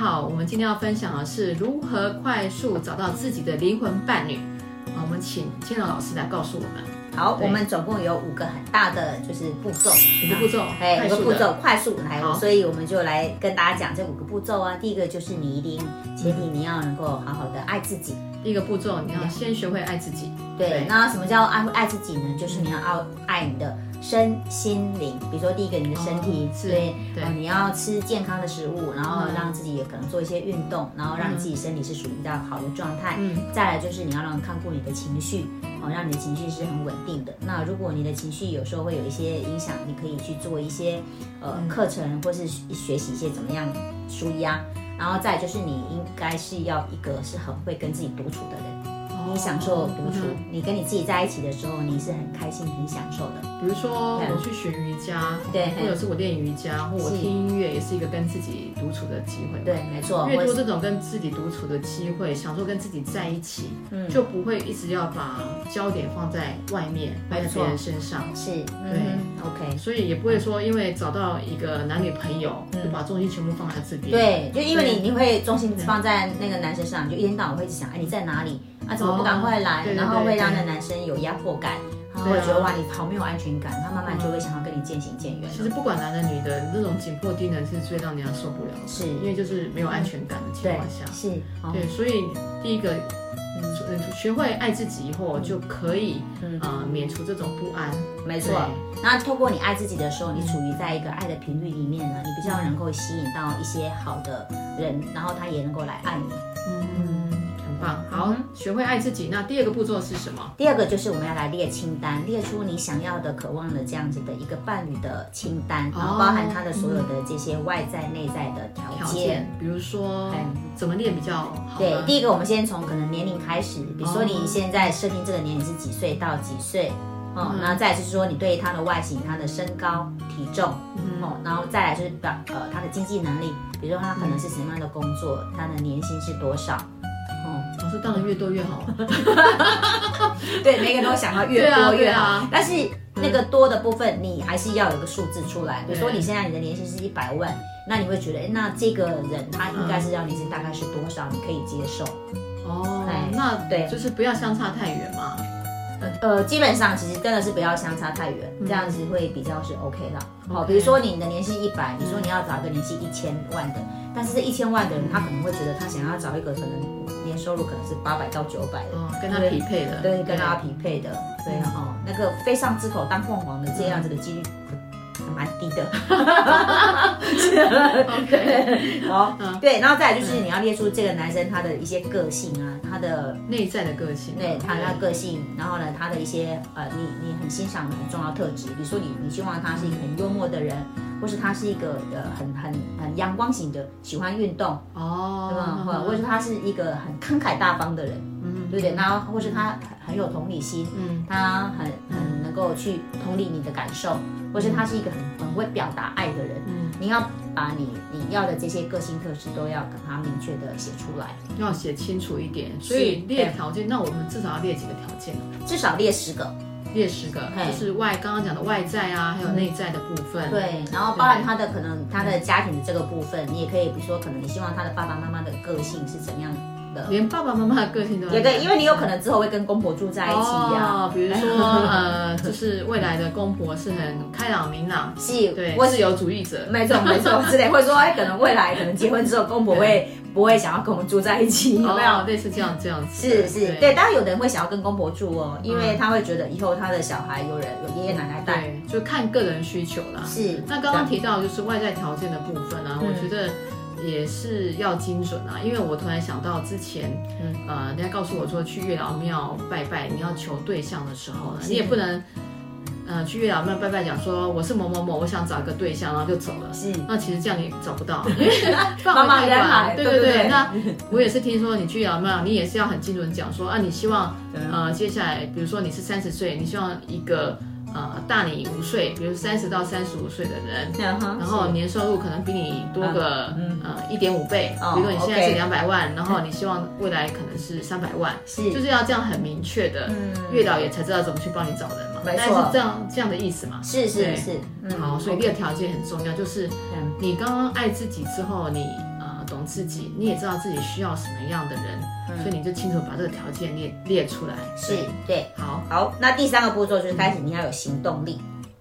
好，我们今天要分享的是如何快速找到自己的灵魂伴侣。好我们请千柔老师来告诉我们好，对我们总共有五个很大的就是步骤，五个步骤，哎，快五个速步的，骤快速来好，所以我们就来跟大家讲这五个步骤啊。第一个就是你一定前提你要能够好好的爱自己。第一个步骤你要先学会爱自己。对对，那什么叫爱爱自己呢？就是你要爱爱你的身心灵，比如说第一个你的身体哦，是对，对呃你要吃健康的食物，然后嗯让自己也可能做一些运动，然后让自己身体是属于比较好的状态。嗯，再来就是你要让看顾你的情绪，哦，让你的情绪是很稳定的。那如果你的情绪有时候会有一些影响，你可以去做一些呃嗯课程，或是学习一些怎么样舒压。然后再来就是你应该是要一个是很会跟自己独处的人，哦你享受独处嗯，你跟你自己在一起的时候，你是很开心、很享受的。比如说对我去学瑜伽，对或者是我练瑜伽，或我是听音乐，也是一个跟自己独处的机会。对，没错，越或多是这种跟自己独处的机会，享受跟自己在一起，嗯就不会一直要把焦点放在外面，放在别没错人身上。是，嗯，OK。所以也不会说，因为找到一个男女朋友，嗯就把重心全部放在这边。，对，就因为你你会重心放在那个男生身上，你就一天到晚会一直想，哎，你在哪里？啊，怎么不赶快哦来？对对然后会对让那男生有压迫感，然后对会啊觉得哇，你好没有安全感，他慢慢就会想要跟你渐行渐远其实了。不管男的女的，那种紧迫盯人是最让人家受不了的，是因为就是没有安全感的情对况下，。是，哦对，所以第一个，嗯，学会爱自己以后，就可以嗯呃免除这种不安。没错。那透过你爱自己的时候，你处于在一个爱的频率里面呢，你比较能够吸引到一些好的人，然后他也能够来爱你。嗯，很棒。好，嗯学会爱自己。那第二个步骤是什么？第二个就是我们要来列清单，列出你想要的、渴望的这样子的一个伴侣的清哦单，然后包含他的所有的这些外在、内在的条条件。件，比如说哎怎么练比较好对呢，？第一个我们先从可能年龄开始，比如说哦你现在设定这个年龄是几岁到几岁，哦嗯，然后再来就是说你对他的外形、他的身高、体重，嗯，哦，然后再来就是表呃他的经济能力，比如说他可能是什么样的工作，他的年薪是多少，哦，老师当然越多越好。对，每个人都想要对越啊多对越好，啊但是那个多的部分，你还是要有个数字出来。比如说对你现在你的年薪是一百万，那你会觉得，诶那这个人他应嗯该是要年薪大概是多少，你可以接受？哦哎，那对就是不要相差太远嘛。呃，基本上其实真的是不要相差太远，嗯这样子会比较是 OK 啦。好， OK 比如说你的年薪一百，你说你要找一个年薪一千万的，但是这一千万的人，他可能会觉得他想要找一个可能年收入可能是八百到九百的，哦，跟他匹配的，对，跟他匹配的，对嗯哦，那个飞上枝头当凤凰的这样子的几率还蛮低的。 OK 好嗯，对，然后再来就是你要列出这个男生他的一些个性啊，他的内在的个性，对他他的个性，然后呢他的一些呃你你很欣赏的很重要特质，比如说你你希望他是一个很幽默的人，或是他是一个呃很很很阳光型的，喜欢运动，哦，嗯，或或者者是他是一个很慷慨大方的人，嗯对不对？然后或是他很很有同理心，嗯他很很能够去同理你的感受，或是他是一个很很会表达爱的人。嗯，你要把你你要的这些个性特质都要给他明确的写出来，要写清楚一点。所以是列对条件，那我们至少要列几个条件？至少列十个。列十个，嘿就是外刚刚讲的外在啊，还有内在的部分。对，然后包含他的可能他的家庭的这个部分，你也可以比如说，可能你希望他的爸爸妈妈的个性是怎样的？连爸爸妈妈的个性都要也对，列因为你有可能之后会跟公婆住在一起啊呀、哦，比如 说呃，就是未来的公婆是很开朗明朗，是，对，或自由主义者，没错没错之类，或者说哎，可能未来可能结婚之后，公婆会不会想要跟我们住在一起？有没有哦，？类似这样这样子的，是是，对，当然有的人会想要跟公婆住哦，因为他会觉得以后他的小孩有人有爷爷奶奶带。嗯对，就看个人需求啦。是，那刚刚提到就是外在条件的部分啊，我觉得也是要精准啊，因为我突然想到之前，嗯呃，人家告诉我说去月老庙拜拜，你要求对象的时候啊呢，你也不能，呃，去月老庙拜拜讲说我是某某某，我想找一个对象，然后就走了。是那其实这样你找不到， 因为茫茫人海对对对对对。对那我也是听说你去月老庙，你也是要很精准讲说啊，你希望呃接下来，比如说你是三十岁，你希望一个呃大你五岁，比如三十到三十五岁的人，嗯哼，然然后年收入可能比你多个、呃一点五倍，啊嗯哦比如说你现在是 OK 嗯两百万，然后你希望未来可能是三百万，是嗯就是要这样很明确的，月老也才知道怎么去帮你找人嘛，没大概错是这样这样的意思嘛。是对是是，嗯好，所以这个条件很重要，就是嗯你刚刚爱自己之后，你呃懂自己，你也知道自己需要什么样的人，嗯所以你就清楚把这个条件列列出来。是对，对。好，好，那第三个步骤就是开始你要有行动力，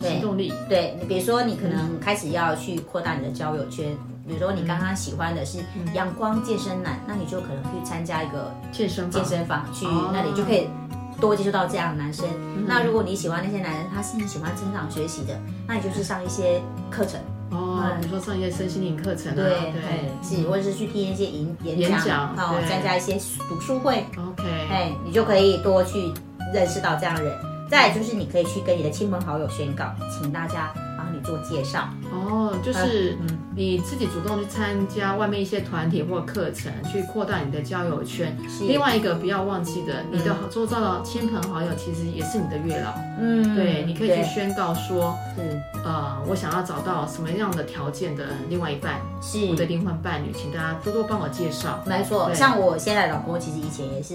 行对动力，对，你比如说你可嗯能开始要去扩大你的交友圈。比如说你刚刚喜欢的是嗯阳光健身男，那你就可能去参加一个健身房健，身房去哦嗯那里就可以多接触到这样的男生。那如果你喜欢那些男人，他是喜欢成长学习的，那你就去上一些课程，嗯哦，比如说上一些身心灵课程啊，对，对，是，或者是去听一些演演演讲讲，哦，对参加一些读书会， ，OK，哎，你就可以多去认识到这样的人。再来就是你可以去跟你的亲朋好友宣告，请大家帮你做介绍，哦，就是嗯你自己主动去参加外面一些团体或课程，去扩大你的交友圈。是另外一个不要忘记的，你的周遭的亲朋好友其实也是你的月老，嗯对，你可以去对嗯宣告说，是呃，我想要找到什么样的条件的另外一半，是我的灵魂伴侣，请大家多多帮我介 绍。没错，对像我现在的老公，其实以前也是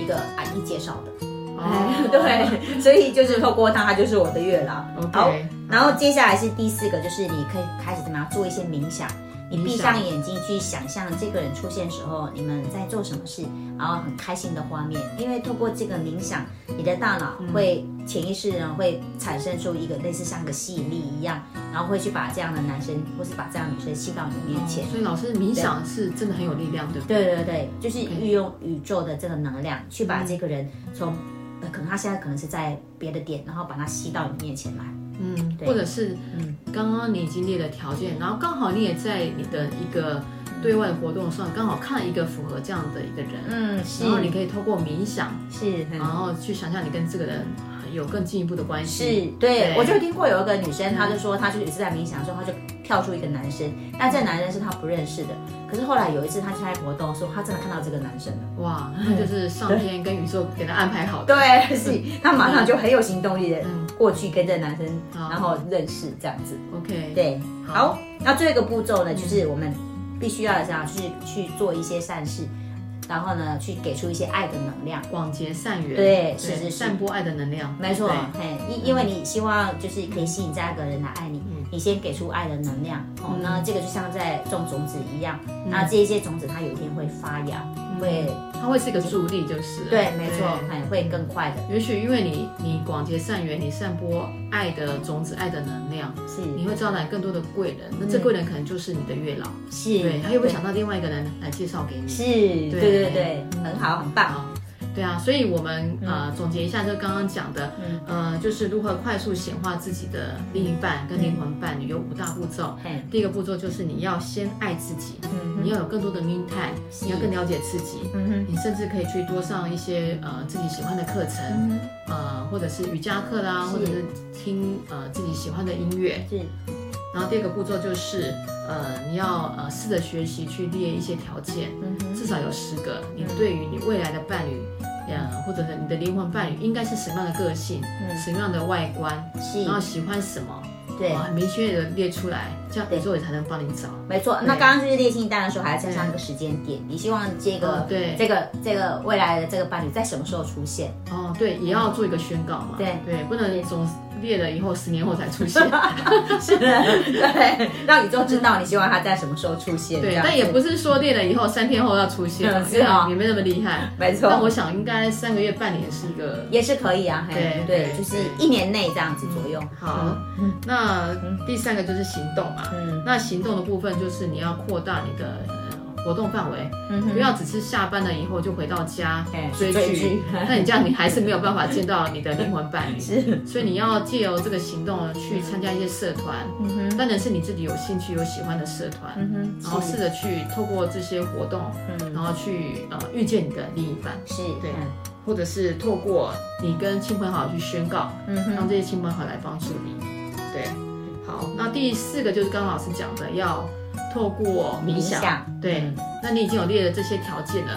一个阿姨介绍的，哦 对，所以就是透过他，他就是我的月老。好，OK，然后接下来是第四个，就是你可以开始怎么样做一些冥想。你闭上眼睛去想象这个人出现的时候，你们在做什么事，然后很开心的画面。因为透过这个冥想，你的大脑会潜意识呢会产生出一个类似像个吸引力一样，然后会去把这样的男生或是把这样的女生吸到你面前。哦所以老师冥想是真的很有力量，对不对？对对对，就是运用宇宙的这个能量，去把这个人从，呃，可能他现在可能是在别的点，然后把他吸到你面前来。嗯，对或者是嗯，刚刚你已经列了条件，然后刚好你也在你的一个对外活动上，刚好看了一个符合这样的一个人，嗯，是嗯然后你可以透过冥想，是哦很然后去想象你跟这个人呃有更进一步的关系。是对对，我就听过有一个女生，她就说她就是一次在冥想的时候，她就跳出一个男生，但这个男生是她不认识的。可是后来有一次她参加活动的时候，她真的看到这个男生了。哇，那就是上天跟宇宙给他安排好的。对，是她马上就很有行动力的哦嗯过去跟这个男生，好然后认识这样子。 ，OK，对，好好，那最后一个步骤呢，就是我们必须要这样，就是去做一些善事，然后呢，去给出一些爱的能量。广结善缘，对是是是散播爱的能量，没错对，嘿，因因为你希望就是可以吸引这样一个人来爱你，你先给出爱的能量，哦，那这个就像在种种子一样，那这一些种子它有一天会发芽，会，它会是一个助力，就是嗯对，没错，嘿，会更快的，也许因为你你广结善缘，你散播爱的种子、爱的能量，是你会招揽更多的贵人。那这贵人可能就是你的月老，嗯是，对，他又会想到另外一个人来介绍给你。是，对对对对，嗯很好，很棒，嗯啊，对啊，所以我们呃总结一下，就刚刚讲的，呃，就是如何快速显化自己的另一半跟灵魂伴侣，有五大步骤。嘿，第一个步骤就是你要先爱自己，你要有更多的 me time，你要更了解自己，嗯哼，你甚至可以去多上一些呃自己喜欢的课程，嗯呃，或者是瑜伽课啦，是或者是听呃自己喜欢的音乐。哼，是，然后第二个步骤就是，呃，你要呃试着学习去列一些条件，嗯哼，至少有十个，嗯你对于你未来的伴侣，呃，或者是你的灵魂伴侣，应该是什么样的个性，嗯什么样的外观，是然，后喜欢什么，对哇。很明确的列出来，这样宇宙也才能帮你找。没错，那刚刚就是列清单的时候，还要加上一个时间点。你希望这个嗯、对这个、这个未来的这个伴侣在什么时候出 现？哦，对，也要做一个宣告嘛。对对，不能总列了以后十年后才出现。是的，对，让宇宙知道你希望他在什么时候出现。这对，样子但也不是说列了以后三天后要出现嗯，是啊也没那么厉害。没但错，我想应该三个月、半年是一个也是可以啊。嘿对对，对就是一年内这样子左右。好。那第三个就是行动嘛。嗯那行动的部分就是你要扩大你的呃活动范围，嗯哼不要只是下班了以后就回到家哎嗯追追剧剧，那你这样你还是没有办法见到你的灵魂伴侣。 是，所以你要借由这个行动去参加一些社团，嗯哼，当然是你自己有兴趣、有喜欢的社团，嗯然后哼，试着去透过这些活动，然后去呃遇见你的另一半，是，对嗯或者是透过你跟亲朋好友去宣告，嗯哼，让这些亲朋好友来帮助你。对，嗯好，那第四个就是刚刚老师讲的，要透过冥想。对，嗯那你已经有列了这些条件了，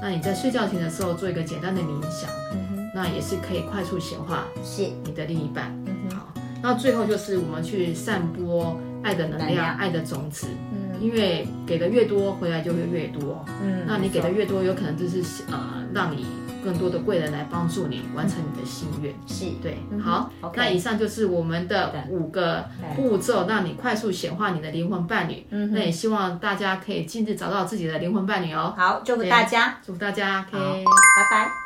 那你在睡觉前的时候做一个简单的冥想，嗯那也是可以快速显化哼，是，你的另一半。嗯哼，好，那最后就是我们去散播爱的能能量、量爱的种子，嗯因为给的越多，回来就会越多。嗯那你给的没错越多，有可能就是呃，让你更多的贵人来帮助你完成你的心愿。是对，嗯哼好 OK 那以上就是我们的五个步骤，让你快速显化你的灵魂伴侣。嗯那也希望大家可以尽日找到自己的灵魂伴侣哦。好，祝福对大家，祝福大家可以拜拜。